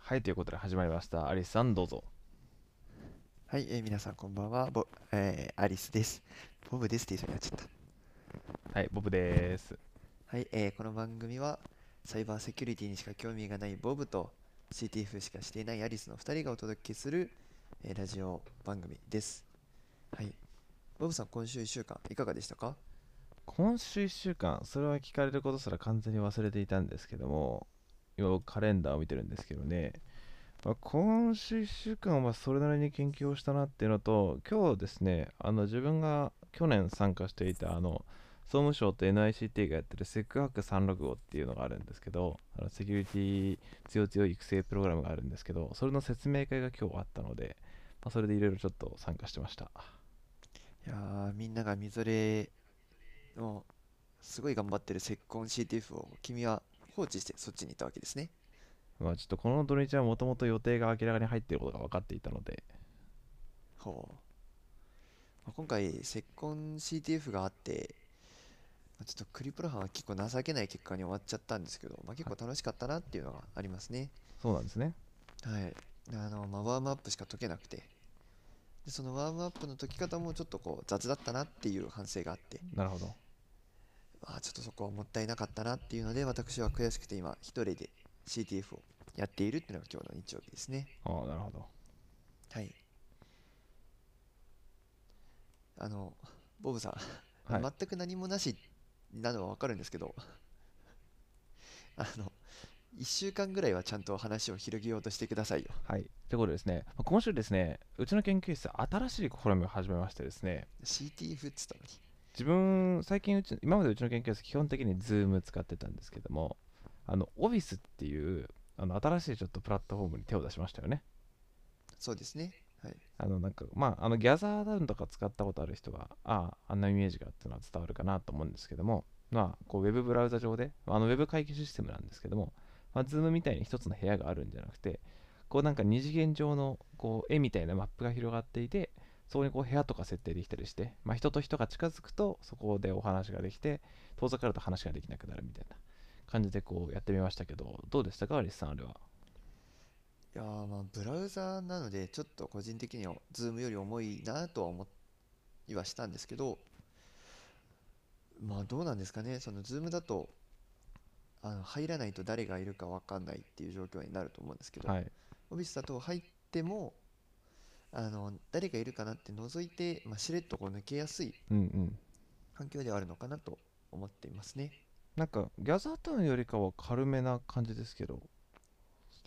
はい、ということで始まりました。アリスさん、どうぞ。はい、えー皆さんこんばんは、ボ、えーアリスです。ボブですって言いそうになっちゃっはい、ボブです。た。はい、えーこの番組はサイバーセキュリティにしか興味がないボブと CTF しかしていないアリスの2人がお届けする、えーラジオ番組です。はい、ボブさん、今週1週間いかがでしたか今週1週間、それは聞かれることすら完全に忘れていたんですけども、今僕カレンダーを見てるんですけどね、まあ、今週1週間はそれなりに研究をしたなっていうのと、今日ですね、あの自分が去年参加していたあの総務省と NICT がやってるセックハック365っていうのがあるんですけど、あのセキュリティ強強育成プログラムがあるんですけど、それの説明会が今日あったので、まあ、それでいろいろちょっと参加してました。いやー、みんながみぞれのすごい頑張ってるセッコン CTF を君は放置してそっちに行ったわけですね。まあちょっとこの土日はもともと予定が明らかに入っていることが分かっていたので、ほう。まあ今回、セッコン CTF があって、まあちょっとクリプロ班は結構情けない結果に終わっちゃったんですけど、まあ、結構楽しかったなっていうのがありますね。そうなんですね。はい。あの、まあ、ワームアップしか解けなくて、で、そのワームアップの解き方もちょっとこう雑だったなっていう反省があって、なるほど。まあ、ちょっとそこはもったいなかったなっていうので、私は悔しくて今、一人で CTF をやっているっていうのが今日の日曜日ですね。ああ、なるほど。はい。あの、ボブさん、はい全く何もなしなのはわかるんですけど、 あの、1週間ぐらいはちゃんと話を広げようとしてくださいよ。はい。ということでですね、まあ今週ですね、うちの研究室、新しい試みを始めましてですね、 CTF っつったのに。自分、最近うち、今までうちの研究室、基本的に Zoom 使ってたんですけども、あの、Office っていう、あの新しいちょっとプラットフォームに手を出しましたよね。そうですね。はい。あの、なんか、まあ、あの、ギャザーダウンとか使ったことある人が、ああ、あんなイメージがっていうのは伝わるかなと思うんですけども、まあ、こう、ウェブブラウザ上で、あの、ウェブ会議システムなんですけども、まあ、ズームみたいに一つの部屋があるんじゃなくて、こう、なんか二次元上の、こう、絵みたいなマップが広がっていて、そこにこう部屋とか設定できたりして、まあ、人と人が近づくとそこでお話ができて遠ざかると話ができなくなるみたいな感じでこうやってみましたけどどうでしたかアリスさんあれはいやーまあ、ブラウザーなので、ちょっと個人的には Zoom より重いなとは思いはしたんですけど、まあ、どうなんですかね、その Zoom だと、あの入らないと誰がいるか分かんないっていう状況になると思うんですけど、はい Office だと入っても、あの誰がいるかなって覗いて、まあ、しれっとこう抜けやすいうんうん環境ではあるのかなと思っていますね。なんかギャザータウンよりかは軽めな感じですけど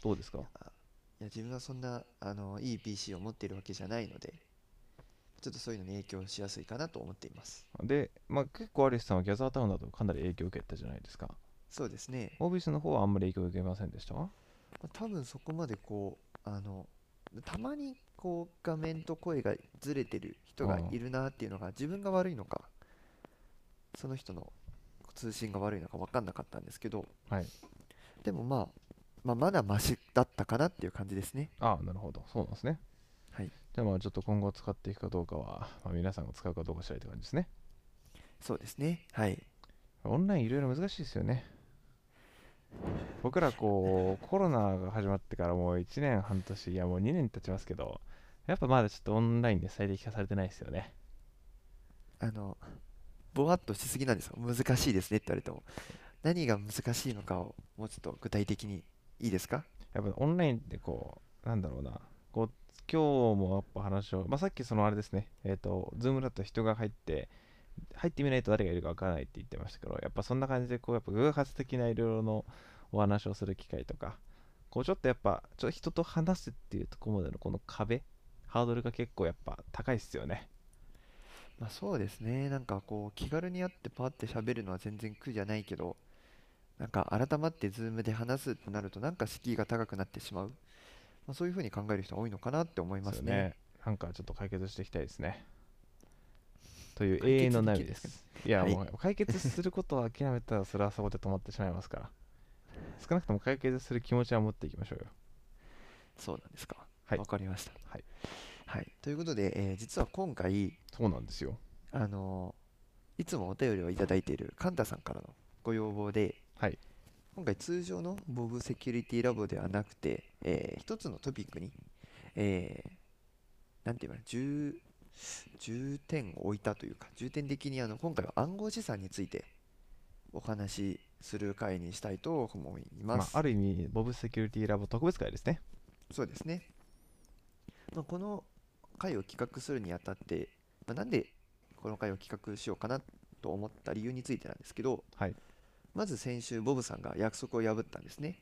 どうですかいや自分はそんなあのいい PC を持っているわけじゃないので、ちょっとそういうのに影響しやすいかなと思っています。で、まあ、結構アリスさんはギャザータウンだとかなり影響を受けたじゃないですかそうですね。オービスの方はあんまり影響を受けませんでしたかまあ多分そこまでこうあのたまにこう画面と声がずれてる人がああいるなっていうのが自分が悪いのかその人の通信が悪いのか分かんなかったんですけど、はいでもまあ、まあ、まだマシだったかなっていう感じですね。ああなるほどそうなんですねはいじゃあまあちょっと今後使っていくかどうかは、まあ、皆さんが使うかどうか次第って感じですねそうですね。はい。オンラインいろいろ難しいですよね僕らこうコロナが始まってからもう1年半年いやもう2年経ちますけどやっぱまだちょっとオンラインで最適化されてないですよねあの、ぼわっとしすぎなんですよ。難しいですねって言われても。何が難しいのかをもうちょっと具体的にいいですかやっぱオンラインってこうなんだろうなこう今日もやっぱ話を、まあ、さっきそのあれですねえっ、と Zoom だと人が入って入ってみないと誰がいるかわからないって言ってましたけどやっぱそんな感じでこうやっぱ偶発的ないろいろのお話をする機会とかこうちょっとやっぱちょっと人と話すっていうところまでのこの壁ハードルが結構やっぱ高いっすよねまあそうですね。なんかこう気軽に会ってパーって喋るのは全然苦じゃないけど、なんか改まってズームで話すってなるとなんか敷居が高くなってしまう。まあ、そういうふうに考える人多いのかなって思いでますすよね。ねなんかちょっと解決していきたいですねという解永遠決の悩できるみですかいや、はいもう解決することを諦めたらそれはそこで止まってしまいますから少なくとも解決する気持ちは持っていきましょうよそうなんですか。はいわかりました。はい。はい。ということで、えー実は今回、そうなんですよあのーいつもお便りをいただいているカンタさんからのご要望で、はい今回通常のボブセキュリティラボではなくて、えー一つのトピックに、えーなんて言えばいいの 10, 10点を置いたというか重点的にあの今回は暗号資産についてお話しする回にしたいと思いままあ、す。ある意味、ボブセキュリティラボ特別会ですね。そうですね。まあ、この回を企画するにあたって、まあ、なんでこの回を企画しようかなと思った理由についてなんですけど、はいまず先週、ボブさんが約束を破ったんですね。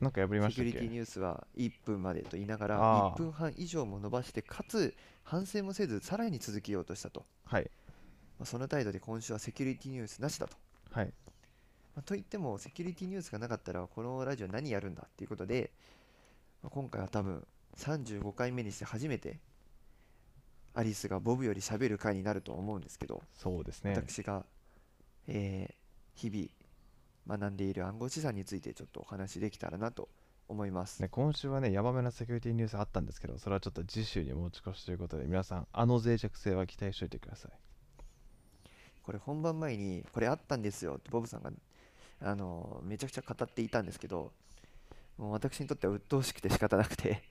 なんか破りましセキたュっリティけニュースは1分までと言いながら、あー1分半以上も伸ばして、かつ反省もせず、さらに続けようとしたと。はい。まあ、その態度で今週はセキュリティニュースなしだと。はい。まあといっても、セキュリティニュースがなかったら、このラジオ何やるんだっていうことで、まあ今回は多分35回目にして初めて、アリスがボブより喋る回になると思うんですけど、そうですね。私が、えー日々学んでいる暗号資産についてちょっとお話しできたらなと思います。ね今週はね、ヤバめなセキュリティニュースあったんですけど、それはちょっと次週に持ち越しということで、皆さん、あの脆弱性は期待しておいてください。これ本番前に、これあったんですよってボブさんが、あのーめちゃくちゃ語っていたんですけど、もう私にとっては鬱陶しくて仕方なくて、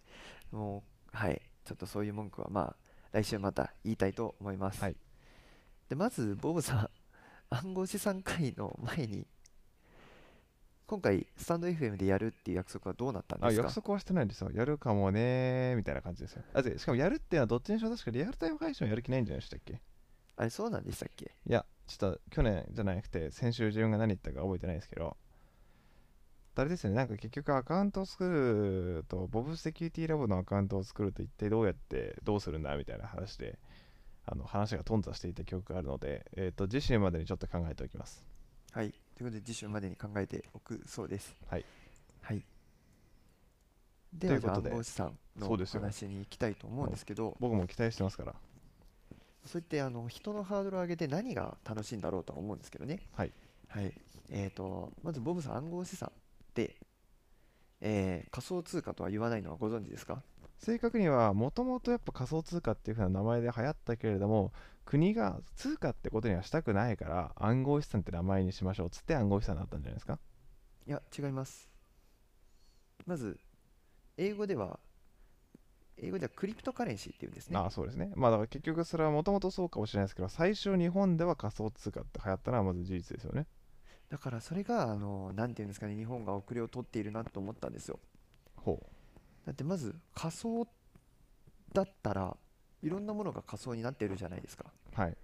もう、はい、ちょっとそういう文句は、まあ、来週また言いたいと思います。はいで、まず、ボブさん、暗号資産会の前に、今回、スタンド FM でやるっていう約束はどうなったんであ、すか約束はしてないんですよ。やるかもねー、みたいな感じですよ。あでしかも、やるっていうのは、どっちにしろ確かリアルタイム配信をやる気ないんじゃないでしたっけあれ、そうなんでしたっけいや、ちょっと去年じゃなくて、先週自分が何言ったか覚えてないですけど、あれですよね、なんか結局アカウントを作ると、ボブセキュリティラボのアカウントを作ると一体どうやってどうするんだみたいな話で、あの話が頓挫していた記憶があるので、えっ、と、次週までにちょっと考えておきます。はい。ということで、次週までに考えておくそうです。はい。はい。では、ということで暗号資産のそうですよ話に行きたいと思うんですけど、僕も期待してますから。そういってあの人のハードルを上げて何が楽しいんだろうとは思うんですけどね。はい。はい。えっ、と、まず、ボブさん、暗号資産って、えー仮想通貨とは言わないのはご存知ですか正確にはもともとやっぱ仮想通貨っていう風な名前で流行ったけれども国が通貨ってことにはしたくないから暗号資産って名前にしましょうっつって暗号資産になったんじゃないですかいや、違います。まず、英語では、英語ではクリプトカレンシーっていうんですね。ああそうですねまあだから結局それはもともとそうかもしれないですけど最初日本では仮想通貨って流行ったのはまず事実ですよねだからそれがあのなんていうんですかね日本が遅れを取っているなと思ったんですよほだってまず仮想だったらいろんなものが仮想になってるじゃないですか、うはい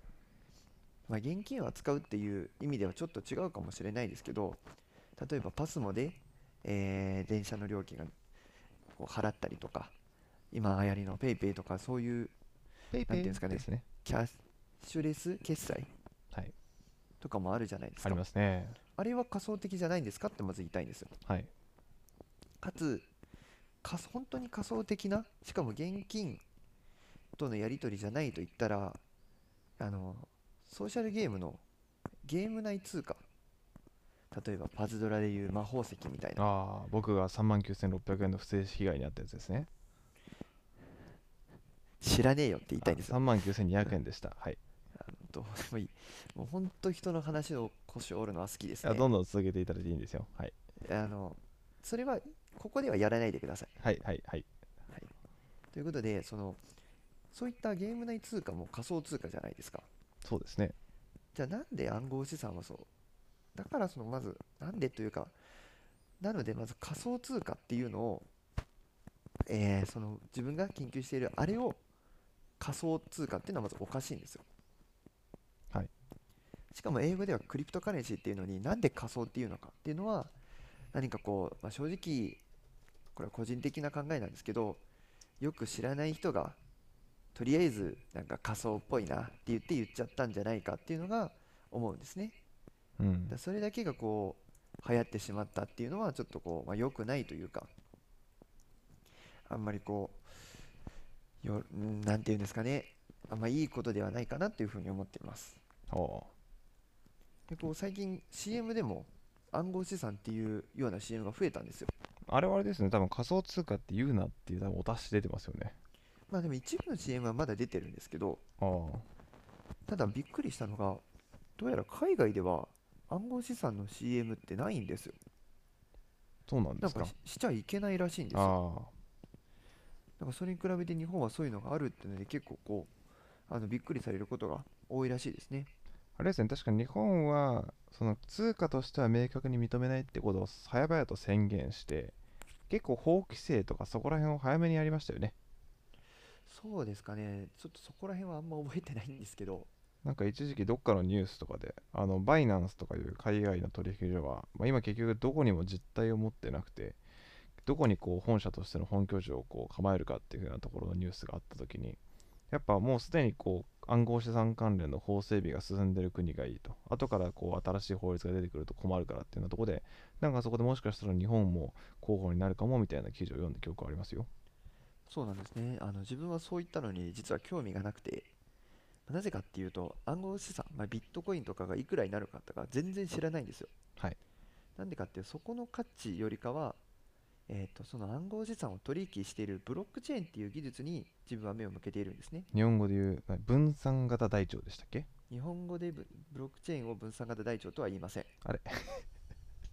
まあ、現金を扱うっていう意味ではちょっと違うかもしれないですけど例えばパスモで、えー電車の料金がこう払ったりとか今流行りの PayPay とかそういうペイペイですねキャッシュレス決済はいとかもあるじゃないですあかりますねあれは仮想的じゃないんですかってまず言いたいんですよはいかつ仮想本当に仮想的なしかも現金とのやり取りじゃないと言ったらあのソーシャルゲームのゲーム内通貨例えばパズドラでいう魔法石みたいなああ僕が3万9600円の不正被害に遭ったやつですね知らねえよって言いたいんですよ3万9200円でした はいどうでもいいもう本当人の話を腰を折るのは好きですあねどんどん続けていただいていいんですよはいあのそれはここではやらないでくださいはいはいはいということでそのそういったゲーム内通貨も仮想通貨じゃないですかそうですねじゃあなんで暗号資産はそうだからそのまずなんでというかなのでまず仮想通貨っていうのを、えーその自分が研究しているあれを仮想通貨っていうのはまずおかしいんですよはいしかも英語ではクリプトカレンシーっていうのになんで仮想っていうのかっていうのは何かこう、まあ、正直これは個人的な考えなんですけどよく知らない人がとりあえずなんか仮想っぽいなって言って言っちゃったんじゃないかっていうのが思うんですね。うだんからそれだけがこう流行ってしまったっていうのはちょっとこう、まあ、良くないというかあんまりこうようんなんていうんですかねあんまいいことではないかなというふうに思っています。ほでこう最近 CM でも暗号資産っていうような CM が増えたんですよ。うあれはあれですね多分仮想通貨って言うなっていう多分お達し出てますよねまあでも一部の CM はまだ出てるんですけどああただびっくりしたのがどうやら海外では暗号資産の CM ってないんですよ。そうなんでなんすかかししちゃいけないらしいんですよ。ああなんかそれに比べて日本はそういうのがあるっていうので結構こうあのびっくりされることが多いらしいですね。あれですね確か日本はその通貨としては明確に認めないってことを早々と宣言して結構法規制とかそこら辺を早めにやりましたよねそうですかね。ちょっとそこら辺はあんま覚えてないんですけど。なんか一時期どっかのニュースとかであのバイナンスとかいう海外の取引所は、まあ、今結局どこにも実態を持ってなくてどこにこう本社としての本拠地をこう構えるかっていうようなところのニュースがあった時にやっぱもうすでにこう暗号資産関連の法整備が進んでる国がいいと後からこう新しい法律が出てくると困るからっていうようなところでなんかそこでもしかしたら日本も候補になるかもみたいな記事を読んだ記憶ありますよそうなんですね。あの自分はそういったのに実は興味がなくて、なぜかっていうと暗号資産、まあ、ビットコインとかがいくらになるかとか全然知らないんですよ。はいなんでかっていうとそこの価値よりかは、えーと、その暗号資産を取引しているブロックチェーンっていう技術に自分は目を向けているんですね。日本語で言うな分散型台帳でしたっけ日本語でブブロックチェーンを分散型台帳とは言いません。あれ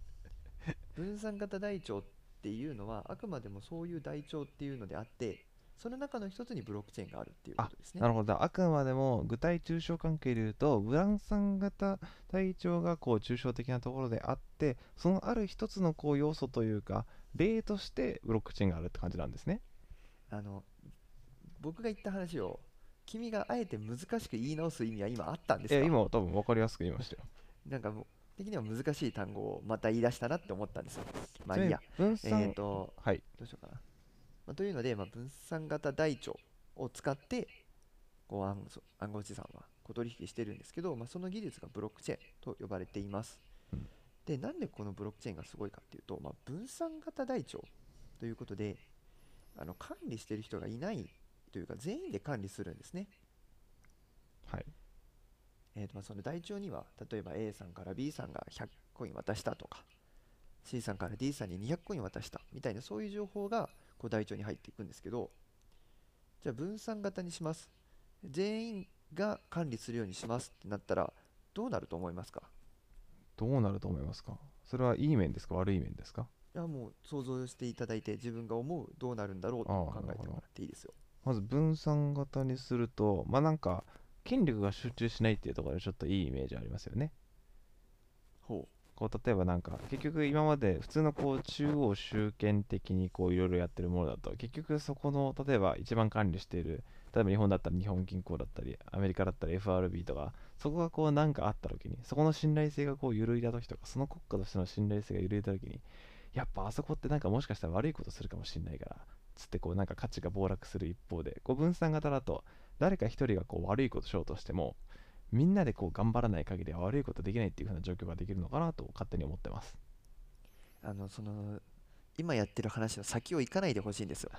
分散型台帳っていうのはあくまでもそういう台帳っていうのであって、その中の一つにブロックチェーンがあるっていうことですねな。るほど。あくまでも具体抽象関係で言うと、ブランさん型体調がこう抽象的なところであって、そのある一つのこう要素というか、例としてブロックチェーンがあるって感じなんですね。あの僕が言った話を君があえて難しく言い直す意味は今あったんですえか今は多分分かりやすく言いましたよ。なんかもう的には難しい単語をまた言い出したなって思ったんですよまあちないみいにや分え散、ーとはい。どうしようかな、まあ、というので、まあ、分散型台帳を使ってこう暗そう暗号資産は小取引してるんですけど、まあ、その技術がブロックチェーンと呼ばれていますうんでなんでこのブロックチェーンがすごいかっていうと、まあ、分散型台帳ということであの管理してる人がいないというか全員で管理するんですねはい。えーとまあその台帳には例えば A さんから B さんが100コイン渡したとか C さんから D さんに200コイン渡したみたいなそういう情報がこう台帳に入っていくんですけどじゃあ分散型にします全員が管理するようにしますってなったらどうなると思いますかどうなると思いますかそれはいい面ですか悪い面ですかいやもう想像していただいて自分が思うどうなるんだろうとああ考なるえほてどもらっていいですよまず分散型にすると、まあなんか、権力が集中しないっていうところでちょっといいイメージありますよね。ほこう例えばなんか結局今まで普通のこう中央集権的にこういろいろやってるものだと結局そこの例えば一番管理している例えば日本だったら日本銀行だったりアメリカだったり FRB とかそこがこう何かあった時にそこの信頼性がこう揺るいだ時とかその国家としての信頼性が揺るいだ時にやっぱあそこってなんかもしかしたら悪いことするかもしれないからつってこうなんか価値が暴落する一方でこう分散型だと誰か一人がこう悪いことしようとしてもみんなでこう頑張らない限りは悪いことできないっていう風な状況ができるのかなと勝手に思ってます。うあのその今やってる話の先を行かないでほしいんですよ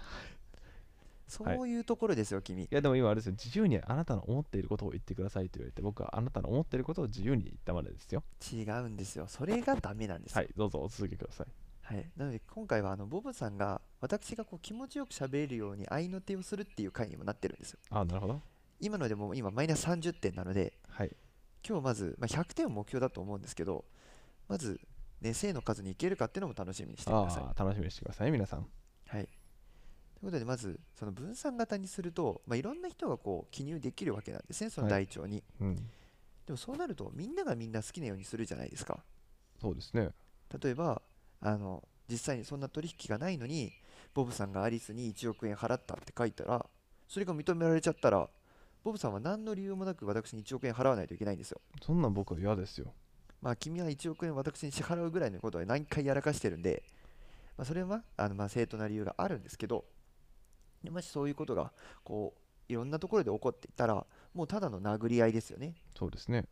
そういうところですよ君いやでも今あれですよ、自由にあなたの思っていることを言ってくださいと言われて、僕はあなたの思っていることを自由に言ったまでですよ。違うんですよ。それがダメなんですはよ。い、どうぞお続けください。はい。なので今回はあのボブさんが私がこう気持ちよく喋れるように合いの手をするっていう回にもなってるんですよ。あ、なるほど。今のでもう今マイナス30点なのではい。今日まず、まあ、100点を目標だと思うんですけどまず、ね、正の数にいけるかっていうのも楽しみにしてください。あー楽しみにしてください、皆さん。はい。ということでまずその分散型にすると、まあ、いろんな人がこう記入できるわけなんですねそのは台帳に。うん。でもそうなるとみんながみんな好きなようにするじゃないですか。そうですね。例えばあの実際にそんな取引がないのにボブさんがアリスに1億円払ったって書いたらそれが認められちゃったらボブさんは何の理由もなく私に1億円払わないといけないんですよそんなん僕は嫌ですよ。まあ君は1億円私に支払うぐらいのことは何回やらかしてるんで、まあ、それはあのまあ正当な理由があるんですけどでもしそういうことがこういろんなところで起こっていたらもうただの殴り合いですよねそうですね。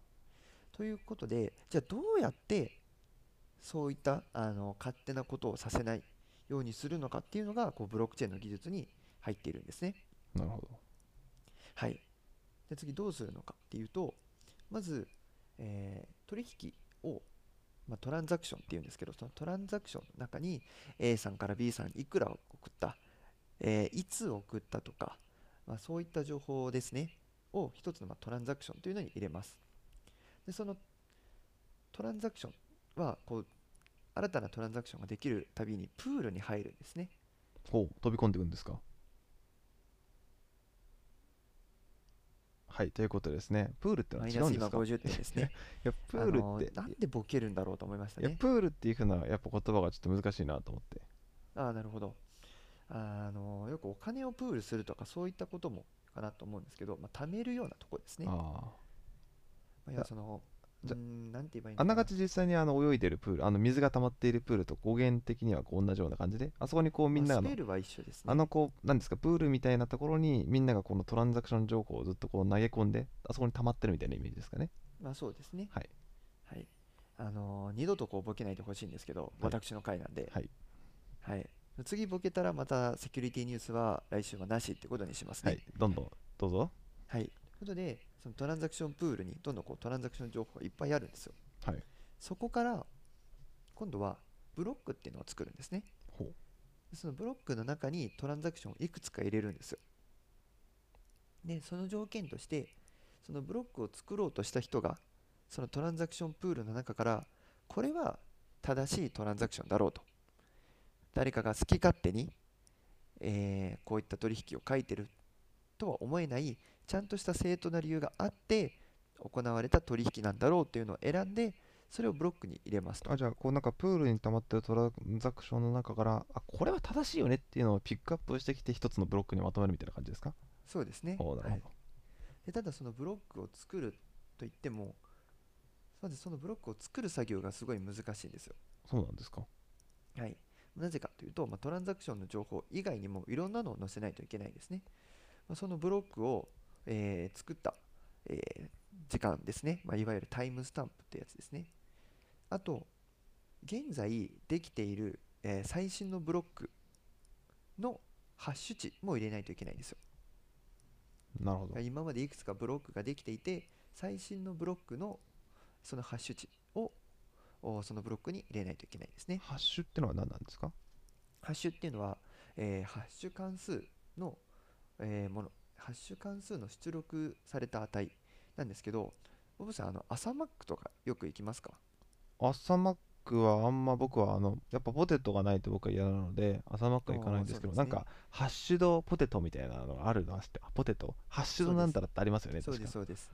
ということでじゃあどうやってそういったあの勝手なことをさせないようにするのかっていうのがこうブロックチェーンの技術に入っているんですね。なるほど。はい、で次どうするのかっていうとまず、えー取引を、まあ、トランザクションっていうんですけどそのトランザクションの中に A さんから B さんにいくら送った、えーいつ送ったとか、まあ、そういった情報ですねを一つの、まあ、トランザクションというのに入れますでそのトランザクションはこう新たなトランザクションができるたびにプールに入るんですね。ほう飛び込んでいくんですかはいということですねプールってのはマイ違ナうスんで今すか50点ですね。 いやプールあのって、なんでボケるんだろうと思いましたいやね。プールっていうふうなやっぱ言葉がちょっと難しいなと思ってああ、なるほど。あのよくお金をプールするとかそういったこともかなと思うんですけど、まあ、貯めるようなとこですね。まあああ、要はその、うじーゃん、なんて言えばいいのあかながな。ち実際にあの泳いでるプールあの水が溜まっているプールと語源的にはこう同じような感じであそこにこうみんながまあ、のスペルは一緒ですね。あのこうなんですかプールみたいなところにみんながこのトランザクション情報をずっとこう投げ込んであそこに溜まってるみたいなイメージですかねまあそうですね。はいはい。あのー二度とこうボケないでほしいんですけど、私の回なんで、はいはい。次ボケたらまたセキュリティニュースは来週はなしってことにしますはねい。どんどんどうぞはい。ということで、そのトランザクションプールにどんどんこうトランザクション情報がいっぱいあるんですよ。はいそこから今度はブロックっていうのを作るんですね。ほうそのブロックの中にトランザクションをいくつか入れるんですよ。で、その条件として、そのブロックを作ろうとした人が、そのトランザクションプールの中から、これは正しいトランザクションだろうと。誰かが好き勝手に、えーこういった取引を書いてるとは思えない、ちゃんとした正当な理由があって、行われた取引なんだろうというのを選んで、それをブロックに入れますと。あじゃあこうなんかプールに溜まってるトランザクションの中からあこれは正しいよねっていうのをピックアップしてきて一つのブロックにまとめるみたいな感じですかそうですね。おうなるはほいでただそのブロックを作るといってもまずそのブロックを作る作業がすごい難しいんですよ。ど、そうなんですかはい、なぜかというと、まあ、トランザクションの情報以外にもいろんなのを載せないといけないですね。まあ、そのブロックを、えー作った、えー時間ですね、まあ、いわゆるタイムスタンプってやつですね。あと現在できている、えー最新のブロックのハッシュ値も入れないといけないんですよ。なるほど今までいくつかブロックができていて最新のブロックのそのハッシュ値をおそのブロックに入れないといけないですねハッシュってのは何なんですかハッシュっていうのは、えーハッシュ関数の、えーものハッシュ関数の出力された値なんですけどボブさんあの朝マックとかよく行きますか朝マックはあんま僕はあのやっぱポテトがないと僕は嫌なので朝マックは行かないんですけどあーそなうんですねかハッシュドポテトみたいなのがあるなってあポテトハッシュドなんたらってありますよねそう確でかすそうです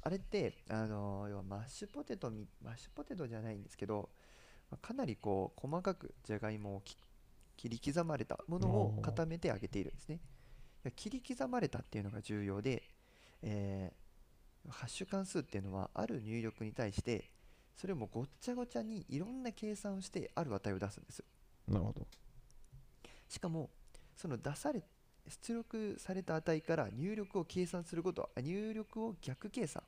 あれってあのー要はマッシュポテトみマッシュポテトじゃないんですけどまあかなりこう細かくじゃがいもをき切り刻まれたものをおー固めて揚げているんですねいや切り刻まれたっていうのが重要で、えーハッシュ関数っていうのはある入力に対してそれもごっちゃごちゃにいろんな計算をしてある値を出すんですよなるほどしかもその出され出力された値から入力を計算することはあ入力を逆計算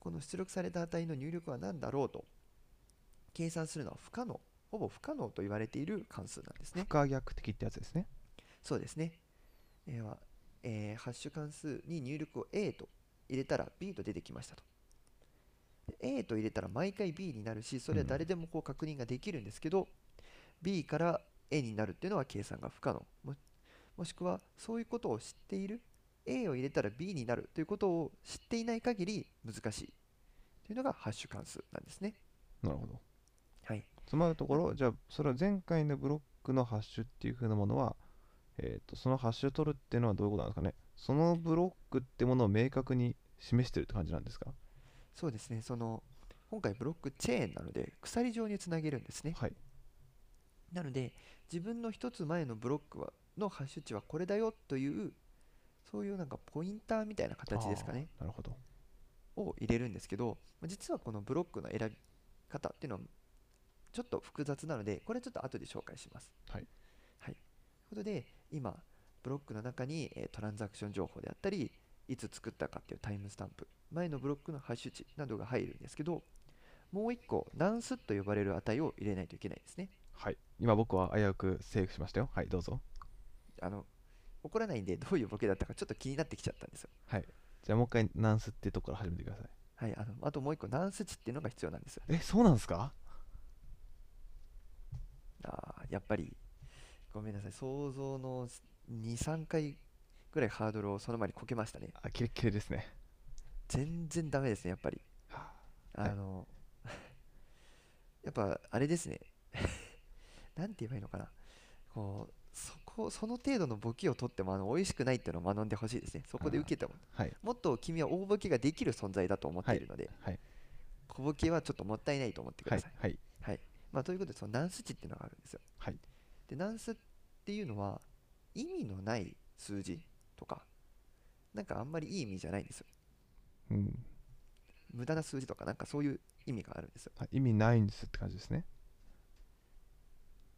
この出力された値の入力は何だろうと計算するのは不可能ほぼ不可能と言われている関数なんです不ね可逆的ってやつですねそうですねでは、えーハッシュ関数に入力を A と入れたら B と出てきましたとで A と入れたら毎回 B になるしそれは誰でもこう確認ができるんですけど、B から A になるっていうのは計算が不可能ももしくはそういうことを知っている A を入れたら B になるということを知っていない限り難しいというのがハッシュ関数なんですねなるほどはいつまるところじゃあそれは前回のブロックのハッシュっていう風なものはえーとそのハッシュを取るっていうのはどういうことなんですかねそのブロックってものを明確に示してるって感じなんですかそうですねその今回ブロックチェーンなので鎖状につなげるんですねはいなので自分の一つ前のブロックはのハッシュ値はこれだよというそういうなんかポインターみたいな形ですかねあーなるほどを入れるんですけどまあ実はこのブロックの選び方っていうのはちょっと複雑なのでこれちょっと後で紹介します。はいはい、ということで今ブロックの中に、えートランザクション情報であったりいつ作ったかっていうタイムスタンプ前のブロックのハッシュ値などが入るんですけどもう一個ナンスと呼ばれる値を入れないといけないですね。はい今僕は危うくセーフしましたよはいどうぞあの怒らないんでどういうボケだったかちょっと気になってきちゃったんですよ。じゃあもう一回ナンスっていうとこから始めてくださいはい、あのあともう一個ナンス値っていうのが必要なんですよ。えそうなんですかあーやっぱりごめんなさい想像の23回ぐらいハードルをその前にこけましたねあキレッキレですね全然ダメですねやっぱりはああの、 やっぱあれですね なんて言えばいいのかなこうそこその程度のボケを取ってもあの美味しくないっていうのを学んでほしいですねそこで受けたもはいもっと君は大ボケができる存在だと思っているので、はい小ボケはちょっともったいないと思ってくはだいさい、はいまあ、ということでそのナンス値っていうのがあるんですよはいでナンスっていうのは意味のない数字とかなんかあんまりいい意味じゃないんですようん無駄な数字とかなんかそういう意味があるんですよあ意味ないんですって感じですね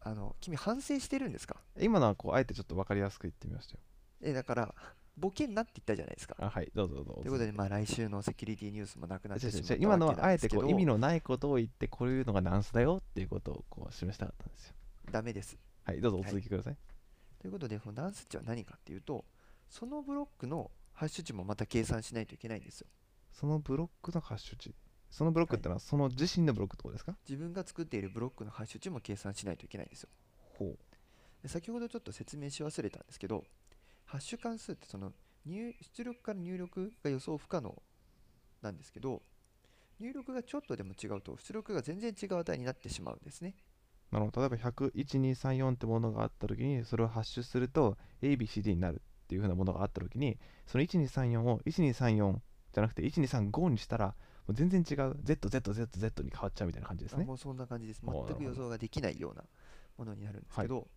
あの君反省してるんですか今のはこうあえてちょっと分かりやすく言ってみましたよえだからボケになって言ったじゃないですかあはいどうぞどうぞということで、まあ、来週のセキュリティニュースもなくなって違うしま違っう違たわうけ今のなはんあでえすてけこどう意味のないことを言ってこういうのがナンスだよっていうことをこう示したかったんですよダメですはいどうぞおはい続きくださいということでこのナンス値は何かっていうとそのブロックのハッシュ値もまた計算しないといけないんですよそのブロックのハッシュ値そのブロックってのはその自身のブロックってことですか自分が作っているブロックのハッシュ値も計算しないといけないんですよほで先ほどちょっと説明し忘れたんですけどハッシュ関数ってその入出力から入力が予想不可能なんですけど入力がちょっとでも違うと出力が全然違う値になってしまうんですねうなるほど例えば1001234ってものがあった時にそれをハッシュすると ABCD になるっていうふうなものがあった時にその1234を1234じゃなくて1235にしたらもう全然違う ZZZZ に変わっちゃうみたいな感じですあねもうそんな感じですおー全くなる予ほど想ができないようなものになるんですけど、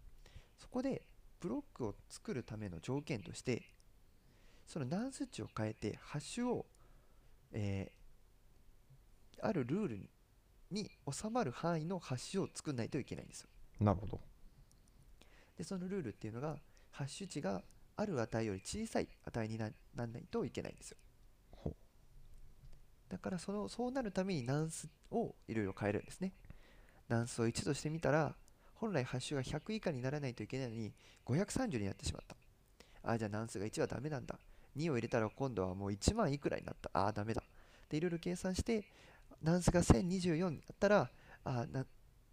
そこでブロックを作るための条件としてその難数値を変えてハッシュを、えーあるルールにに収まる範囲のハッシュを作らないといけないんですよなるほどでそのルールっていうのがハッシュ値がある値より小さい値にななんないといけないんですよほうだからそのそうなるためにナンスをいろいろ変えるんですね。ナンスを1としてみたら本来ハッシュが100以下にならないといけないのに530になってしまった。ああじゃあナンスが1はダメなんだ。2を入れたら今度はもう1万いくらになった。ああダメだ。でいろいろ計算してナンスが1024になったらああな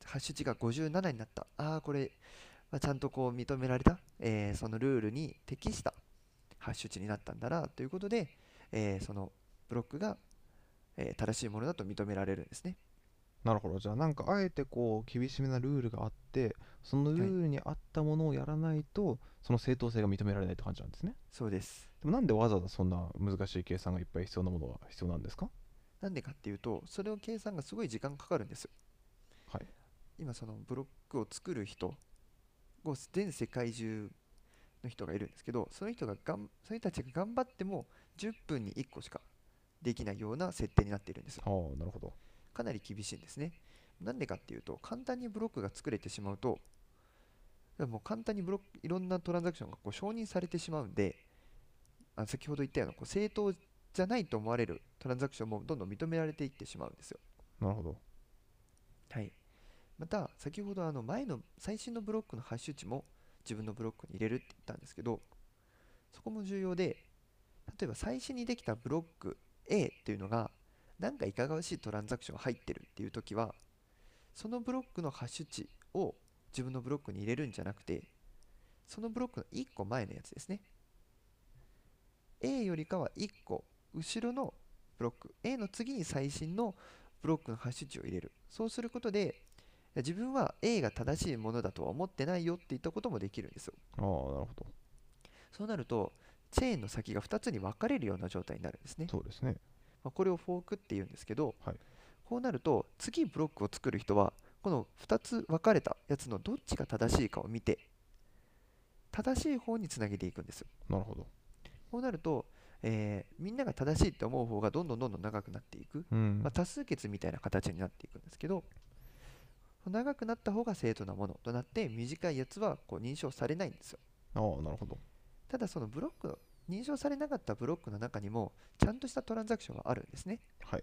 ハッシュ値が57になった。ああこれ、まあちゃんとこう認められた、えーそのルールに適したハッシュ値になったんだなということで、えーそのブロックがえー正しいものだと認められるんですね。なるほどじゃあなんかあえてこう厳しめなルールがあってそのルールに合ったものをやらないとその正当性が認められないって感じなんですねそうです。でもなんでわざわざそんな難しい計算がいっぱい必要なものが必要なんですかなんでかっていうと、それを計算がすごい時間かかるんですよ。はい今そのブロックを作る人を全世界中の人がいるんですけど、その人ががんその人たちが頑張っても10分に1個しかできないような設定になっているんですよ。ああなるほどかなり厳しいんですね。なんでかっていうと、簡単にブロックが作れてしまうと、もう簡単にブロックいろんなトランザクションがこう承認されてしまうんで、あ先ほど言ったようなこう正当じゃないと思われるトランザクションもどんどん認められていってしまうんですよ。なるほどはい、また、先ほどあの前の最新のブロックのハッシュ値も自分のブロックに入れるって言ったんですけど、そこも重要で、例えば最新にできたブロック A っていうのが、なんかいかがわしいトランザクションが入ってるっていう時は、そのブロックのハッシュ値を自分のブロックに入れるんじゃなくて、そのブロックの1個前のやつですね。A よりかは1個後ろのブロック、A の次に最新のブロックのハッシュ値を入れる。そうすることで、いや自分は A が正しいものだとは思ってないよって言ったこともできるんですよ。ああなるほどそうなると、チェーンの先が2つに分かれるような状態になるんですね。そうですねまあこれをフォークって言うんですけど、はいこうなると次ブロックを作る人はこの2つ分かれたやつのどっちが正しいかを見て正しい方につなげていくんですよなるほどこうなると、えーみんなが正しいって思う方がどんどんどんどん長くなっていく、うん、まあ、多数決みたいな形になっていくんですけど長くなった方が正当なものとなって短いやつはこう認証されないんですよああなるほどただそのブロックの認証されなかったブロックの中にもちゃんとしたトランザクションがあるんですねはい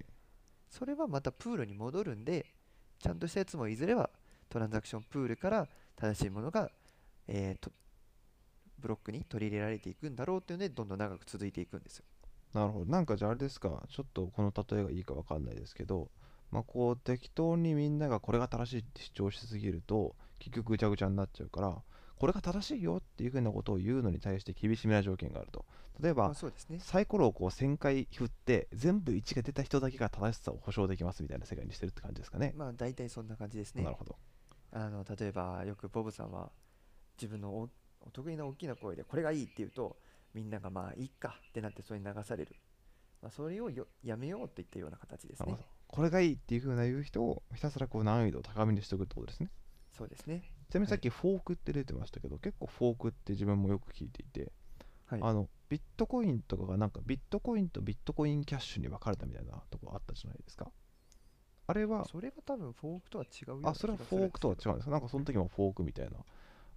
それはまたプールに戻るんで、ちゃんとしたやつもいずれはトランザクションプールから正しいものが、えーとブロックに取り入れられていくんだろうというので、どんどん長く続いていくんですよ。なるほどなんかじゃああれですかちょっとこの例えがいいかわかんないですけどまあこう適当にみんながこれが正しいって主張しすぎると結局ぐちゃぐちゃになっちゃうからこれが正しいよっていうふうなことを言うのに対して厳しめな条件があると例えまばあ、そうですね。サイコロをこう1000回振って全部1が出た人だけが正しさを保証できますみたいな世界にしてるって感じですかね。まあ、大体そんな感じですねなる。ほど。あの例えばよくボブさんは自分のおお得意な大きな声でこれがいいって言うとみんながまあいいかってなってそれに流される、まあ、それをよやめようといったような形ですあまねあこれがいいっていうふうな言う人をひたすらこう難易度を高めにしておくってことですね。そうですねちなみにさっきフォークって出てましたけど、結構フォークって自分もよく聞いていて、はいあのビットコインとかがなんかビットコインとビットコインキャッシュに分かれたみたいなとこあったじゃないですか。あれはそれが多分フォークとは違うようなあそれは気がすフるォんークとはです違うんですかなんかその時もフォークみたいな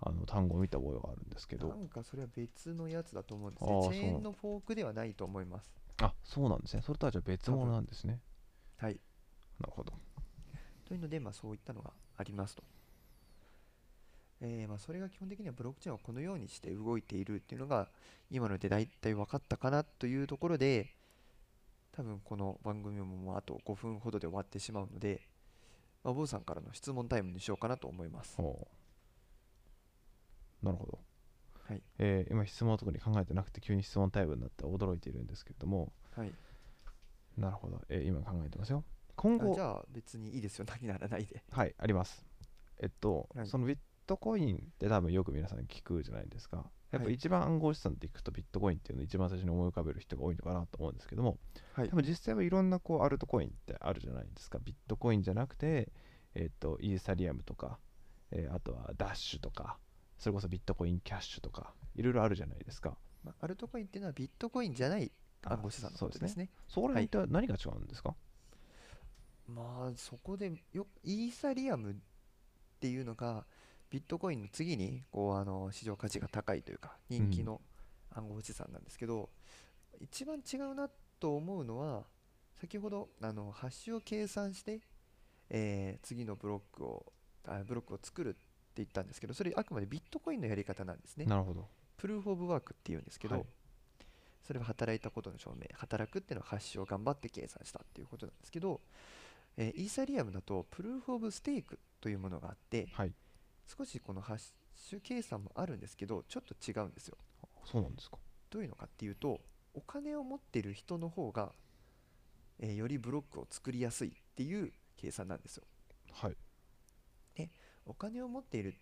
あの単語を見た覚えがあるんですけけどどなんかそれは別のやつだと思うんですあねーチそうェーなんンのフォークではないと思いますあそうなんですねそれとはじゃあ別物なんですねはいなるほどというので、まあ、そういったのがありますと。えーまあ、それが基本的にはブロックチェーンはこのようにして動いているっていうのが今ので大体分かったかなというところで多分この番組ももうあと5分ほどで終わってしまうので、まあ、坊さんからの質問タイムにしようかなと思います。ほうなるほど、はいえー今質問を特に考えてなくて急に質問タイムになって驚いているんですけれどもはい、なるほど、えー今考えてますよ今あ後じゃあ別にいいですよ何ならないで。はいありますえっと、はいそのビットコインって多分よく皆さん聞くじゃないですかやっぱはい一番暗号資産っていくとビットコインっていうのを一番最初に思い浮かべる人が多いのかなと思うんですけどもはい多、分実際はいろんなこうアルトコインってあるじゃないですかビットコインじゃなくて、えっとイーサリアムとか、えーあとはダッシュとかそれこそビットコインキャッシュとかいろいろあるじゃないですかまあ、アルトコインっていうのはビットコインじゃない暗号資産のそこうとですでねすね。そこら辺って何が違うんですか、まあそこでよイーサリアムっていうのがビットコインの次にこうあの市場価値が高いというか人気うんの暗号資産なんですけど一番違うなと思うのは先ほどあのハッシュを計算してえー次のブロックをあブロックを作るって言ったんですけどそれあくまでビットコインのやり方なんですね。なるほどプルーフ・オブ・ワークっていうんですけど、はいそれは働いたことの証明働くっていうのは発祥を頑張って計算したっていうことなんですけど、えーイーサリアムだとプルーフ・オブ・ステークというものがあってはい少しこのハッシュ計算もあるんですけどちょっと違うんですよそうなんですかどういうのかっていうとお金を持ってる人の方が、えーよりブロックを作りやすいっていう計算なんですよはいお金を持っている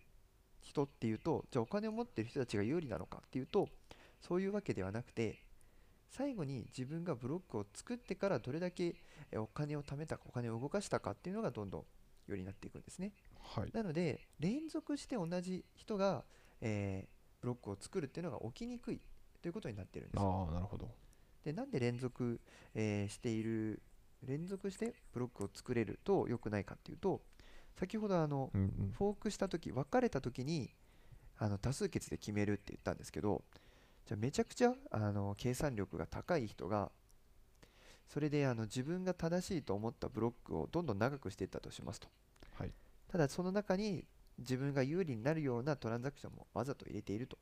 人っていうとじゃあお金を持っている人たちが有利なのかっていうとそういうわけではなくて最後に自分がブロックを作ってからどれだけえお金を貯めたかお金を動かしたかっていうのがどんどんよりになっていくんですねはいなので連続して同じ人が、えーブロックを作るっていうのが起きにくいということになってるんですよああなるほどでなんで連続、えーしている連続してブロックを作れると良くないかっていうと先ほどあのうんうんフォークした時別れた時にあの多数決で決めるって言ったんですけどじゃあめちゃくちゃあの計算力が高い人がそれであの自分が正しいと思ったブロックをどんどん長くしていったとしますとはいただその中に自分が有利になるようなトランザクションもわざと入れていると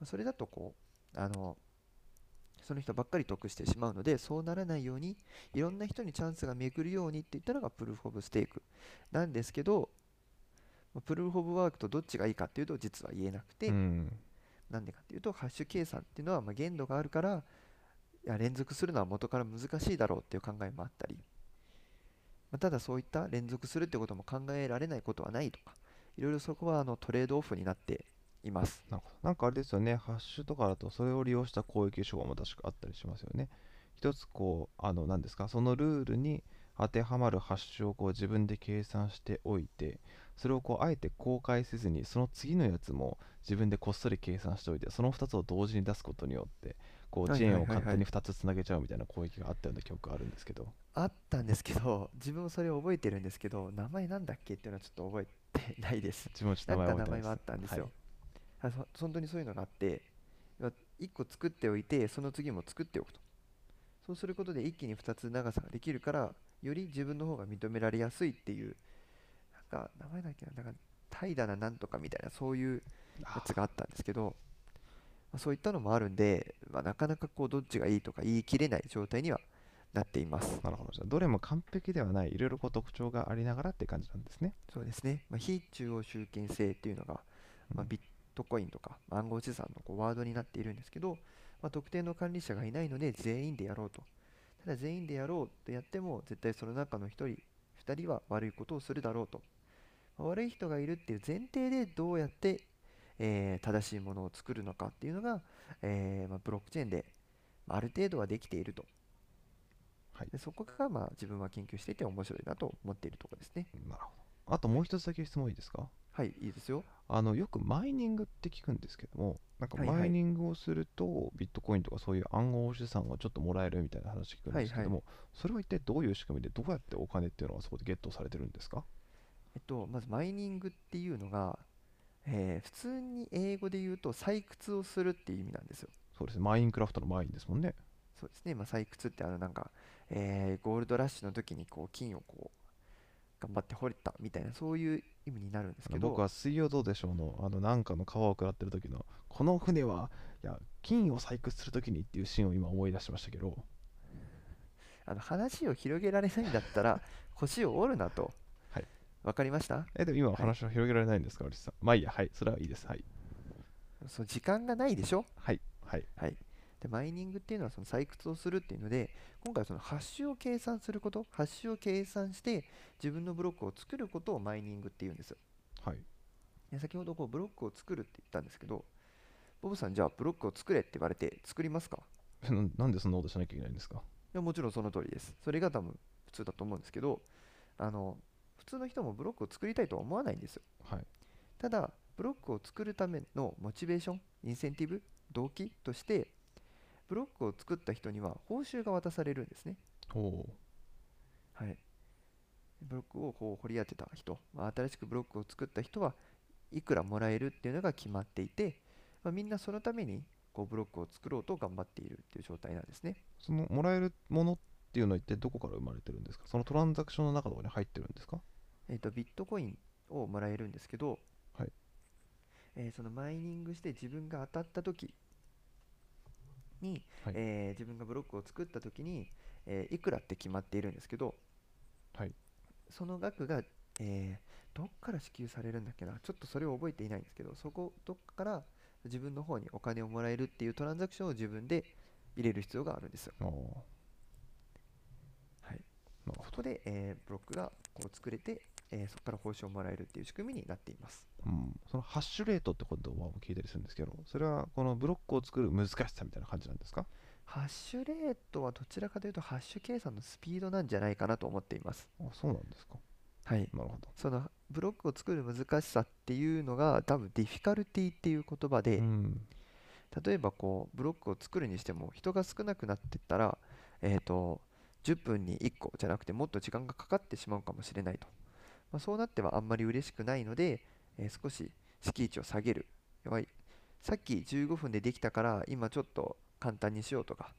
まあそれだとこうあのその人ばっかり得してしまうのでそうならないようにいろんな人にチャンスが巡るようにって言ったのがプルーフ・オブ・ステークなんですけどまあプルーフ・オブ・ワークとどっちがいいかっていうと実は言えなくて、うんなんでかっていうとハッシュ計算っていうのはまあ限度があるからいや連続するのは元から難しいだろうっていう考えもあったり、まあ、ただそういった連続するってことも考えられないことはないとかいろいろそこはあのトレードオフになっていますなんかなんかあれですよね、ハッシュとかだとそれを利用した攻撃手法も確かあったりしますよね。一つこう、あの、何ですか、そのルールに当てはまるハッシュをこう自分で計算しておいて、それをこうあえて公開せずに、その次のやつも自分でこっそり計算しておいて、その2つを同時に出すことによって、こうはいチはいェはーいンはをい勝手に2つつなげちゃうみたいな攻撃があったような記憶があるんですけど、あったんですけど 自分もそれを覚えてるんですけど名前なんだっけっていうのはちょっと覚えてないです自分はちょっなとん名か前覚えてないです。名前はあったんですよはい。あそ本当にそういうのがあって、1個作っておいて、その次も作っておくと。そうすることで一気に2つ長さができるから、より自分の方が認められやすいっていう、なんか名前だっけな、なんか怠惰ななんとかみたいな、そういうやつがあったんですけど、まあそういったのもあるんで、まあ、なかなかこうどっちがいいとか言い切れない状態にはなっています。なるほど。じゃあ、どれも完璧ではない、いろいろこう特徴がありながらって感じなんですね。そうですね、まあ、非中央集権制っていうのがまあ、ビットコインとか暗号資産のこうワードになっているんですけど、まあ、特定の管理者がいないので全員でやろうと。ただ全員でやろうとやっても絶対その中の1人、2人は悪いことをするだろうと。まあ悪い人がいるっていう前提でどうやって、えー正しいものを作るのかっていうのが、えーまあ、ブロックチェーンでまあある程度はできていると。はいでそこがまあ自分は研究していて面白いなと思っているところですね。なるほどあともう一つだけ質問いいですかはい、いいですよ。あのよくマイニングって聞くんですけどもなんかはいはいマイニングをするとビットコインとかそういう暗号資産をちょっともらえるみたいな話聞くんですけども、それは一体どういう仕組みでどうやってお金っていうのはそこでゲットされてるんですかえっと、まずマイニングっていうのが、えー普通に英語で言うと採掘をするっていう意味なんですよ。そうですねマインクラフトのマインですもんねそうですね、まあ、採掘ってあのなんか、えーゴールドラッシュの時にこう金をこう頑張って掘れたみたいなそういう意味になるんですあのけど、僕は「水曜どうでしょうの」あのなんかの川を下ってる時の「この船はいや金を採掘する時に」っていうシーンを今思い出しましたけどあの話を広げられないんだっ たら腰を折るなと。はいわかりましたえでも今はい話を広げられないんですか、おじさんまあいいやはいそれはいいですはいそう時間がないでしょはいはいはい。で、マイニングっていうのはその採掘をするっていうので、今回はそのハッシュを計算すること、ハッシュを計算して自分のブロックを作ることをマイニングっていうんですよ。はいで先ほどこうブロックを作るって言ったんですけど、ボブさん、じゃあブロックを作れって言われて作りますかえななんでそんなことしなきゃいけないんですかいやもちろんその通りです。それが多分普通だと思うんですけど、あの、普通の人もブロックを作りたいとは思わないんですよ。はいただブロックを作るためのモチベーションインセンティブ動機としてブロックを作った人には報酬が渡されるんですね、おおはい、ブロックをこう掘り当てた人、まあ新しくブロックを作った人はいくらもらえるっていうのが決まっていて、まあみんなそのためにこうブロックを作ろうと頑張っているっていう状態なんですねそのもらえるものっていうのは一体どこから生まれてるんですかそのトランザクションの中とかに入ってるんですかえっとビットコインをもらえるんですけど、はいえーそのマイニングして自分が当たった時に、はいえー自分がブロックを作った時に、えーいくらって決まっているんですけど、はいその額が、えーどっから支給されるんだっけなちょっとそれを覚えていないんですけどそこどっから自分の方にお金をもらえるっていうトランザクションを自分で入れる必要があるんですよ。ああはいなるこほどこで、えーブロックがこう作れて、えーそこから報酬をもらえるっていう仕組みになっています。うん、そのハッシュレートってことは聞いたりするんですけどそれはこのブロックを作る難しさみたいな感じなんですかハッシュレートはどちらかというとハッシュ計算のスピードなんじゃないかなと思っています。あそうなんですかはい。なるほどそのブロックを作る難しさっていうのが多分ディフィカルティっていう言葉でうん例えばこうブロックを作るにしても人が少なくなってったらえっと10分に1個じゃなくてもっと時間がかかってしまうかもしれないと。まあ、そうなってはあんまり嬉しくないので、えー少し敷地を下げる。要はさっき15分でできたから今ちょっと簡単にしようとか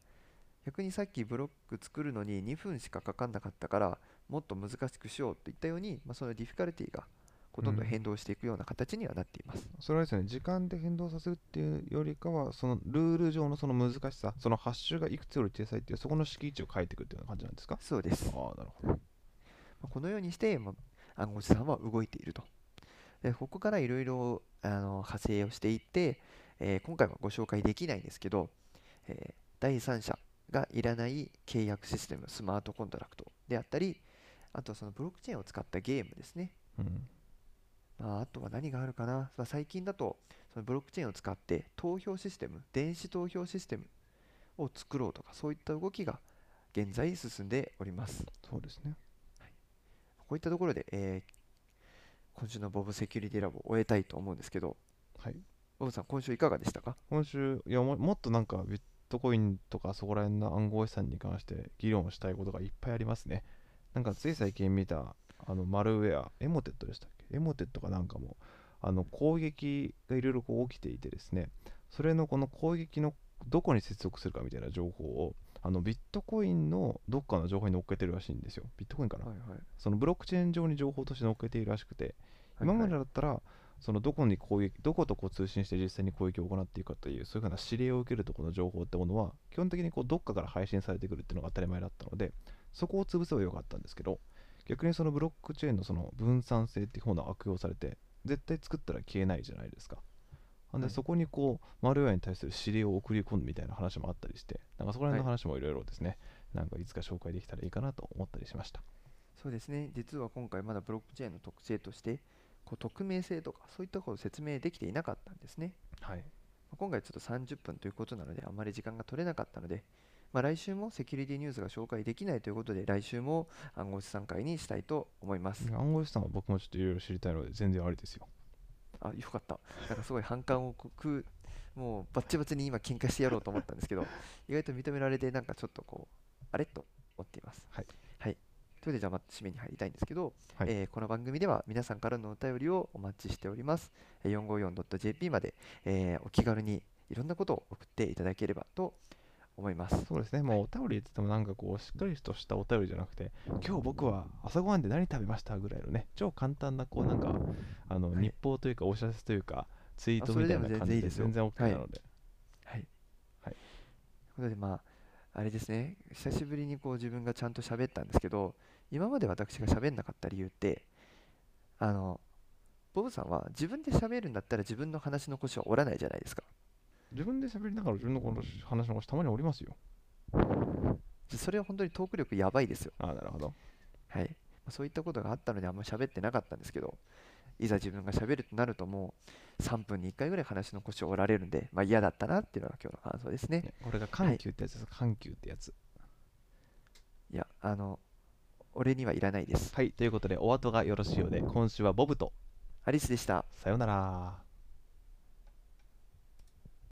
逆にさっきブロック作るのに2分しかかかんなかったからもっと難しくしようといったように、まあ、そのディフィカルティがこうどんどんうん変動していくような形にはなっています。それはですね時間で変動させるっていうよりかはそのルール上のその難しさそのハッシュがいくつより小さいっていうそこの式位置を変えていくっていうような感じなんですかそうです。ああなるほどまあこのようにして、まあ、暗号資産は動いていると。でここからいろいろあの派生をしていって、えー今回はご紹介できないんですけど、えー第三者がいらない契約システム、スマートコントラクトであったり、あとはそのブロックチェーンを使ったゲームですね。うんまあ、あとは何があるかな、まあ、最近だとそのブロックチェーンを使って投票システム、電子投票システムを作ろうとか、そういった動きが現在進んでおります。そうですねこういったところで、えー今週のボブセキュリティラボを終えたいと思うんですけど、はいボブさん、今週いかがでしたか今週いやももっとなんかビットコインとかそこら辺の暗号資産に関して議論したいことがいっぱいありますねなんかつい最近見たあのマルウェアエモテットでしたっけエモテットかなんかもあの攻撃がいろいろこう起きていてですねそれのこの攻撃のどこに接続するかみたいな情報をあのビットコインのどっかの情報に乗っけてるらしいんですよビットコインかな、いはい。そのブロックチェーン上に情報として乗っけているらしくて今まではいだったら、そのどこに攻撃、どことこう通信して実際に攻撃を行っていくかという、そういうふうな指令を受けるところの情報ってものは、基本的にこうどっかから配信されてくるっていうのが当たり前だったので、そこを潰せばよかったんですけど、逆にそのブロックチェーンのその分散性っていう方の悪用されて、絶対作ったら消えないじゃないですか。ほんではいそこにこうマルウェアに対する指令を送り込むみたいな話もあったりしてなんかそこら辺の話もいろいろですね、なんかいつか紹介できたらいいかなと思ったりしましたそうですね実は今回まだブロックチェーンの特性としてこう匿名性とかそういったことを説明できていなかったんですねはいまあ今回ちょっと30分ということなのであまり時間が取れなかったので、まあ、来週もセキュリティニュースが紹介できないということで来週も暗号資産会にしたいと思います、暗号資産は僕もちょっといろいろ知りたいので全然ありですよあよかったなんかすごい反感を食うもうバッチバチに今喧嘩してやろうと思ったんです けど意外と認められてなんかちょっとこうあれと思っていますはい、はい、ということでじゃあまた締めに入りたいんですけど、はいえーこの番組では皆さんからのお便りをお待ちしておりますえー 454.jp まで、えーお気軽にいろんなことを送っていただければと思いますそうですねもうお便りって言ってもなんかこうしっかりとしたお便りじゃなくて今日僕は朝ごはんで何食べましたぐらいのね超簡単なこうなんかあのはい日報というかお知らせというかツイートあそれみたでいもな感全然じいいでですよ全然 OK はいなのではい。はいということで、まあ、あれですね、久しぶりにこう自分がちゃんと喋ったんですけど、今まで私が喋んなかった理由って、あの、ボブさんは自分で喋るんだったら自分の話の腰は折らないじゃないですか。自分で喋りながら自分のこの話の話たまにおりますよそれは本当にトーク力やばいですよ。ああなるほどはい。まあそういったことがあったのであんま喋ってなかったんですけど、いざ自分が喋るとなるともう3分に1回ぐらい話の腰を折られるんで、まあ嫌だったなっていうのが今日の感想ですね。ねこれが緩急ってやつです緩急ってやついや、あの、俺にはいらないです。はいということでお後がよろしいようで今週はボブとアリスでした。さようなら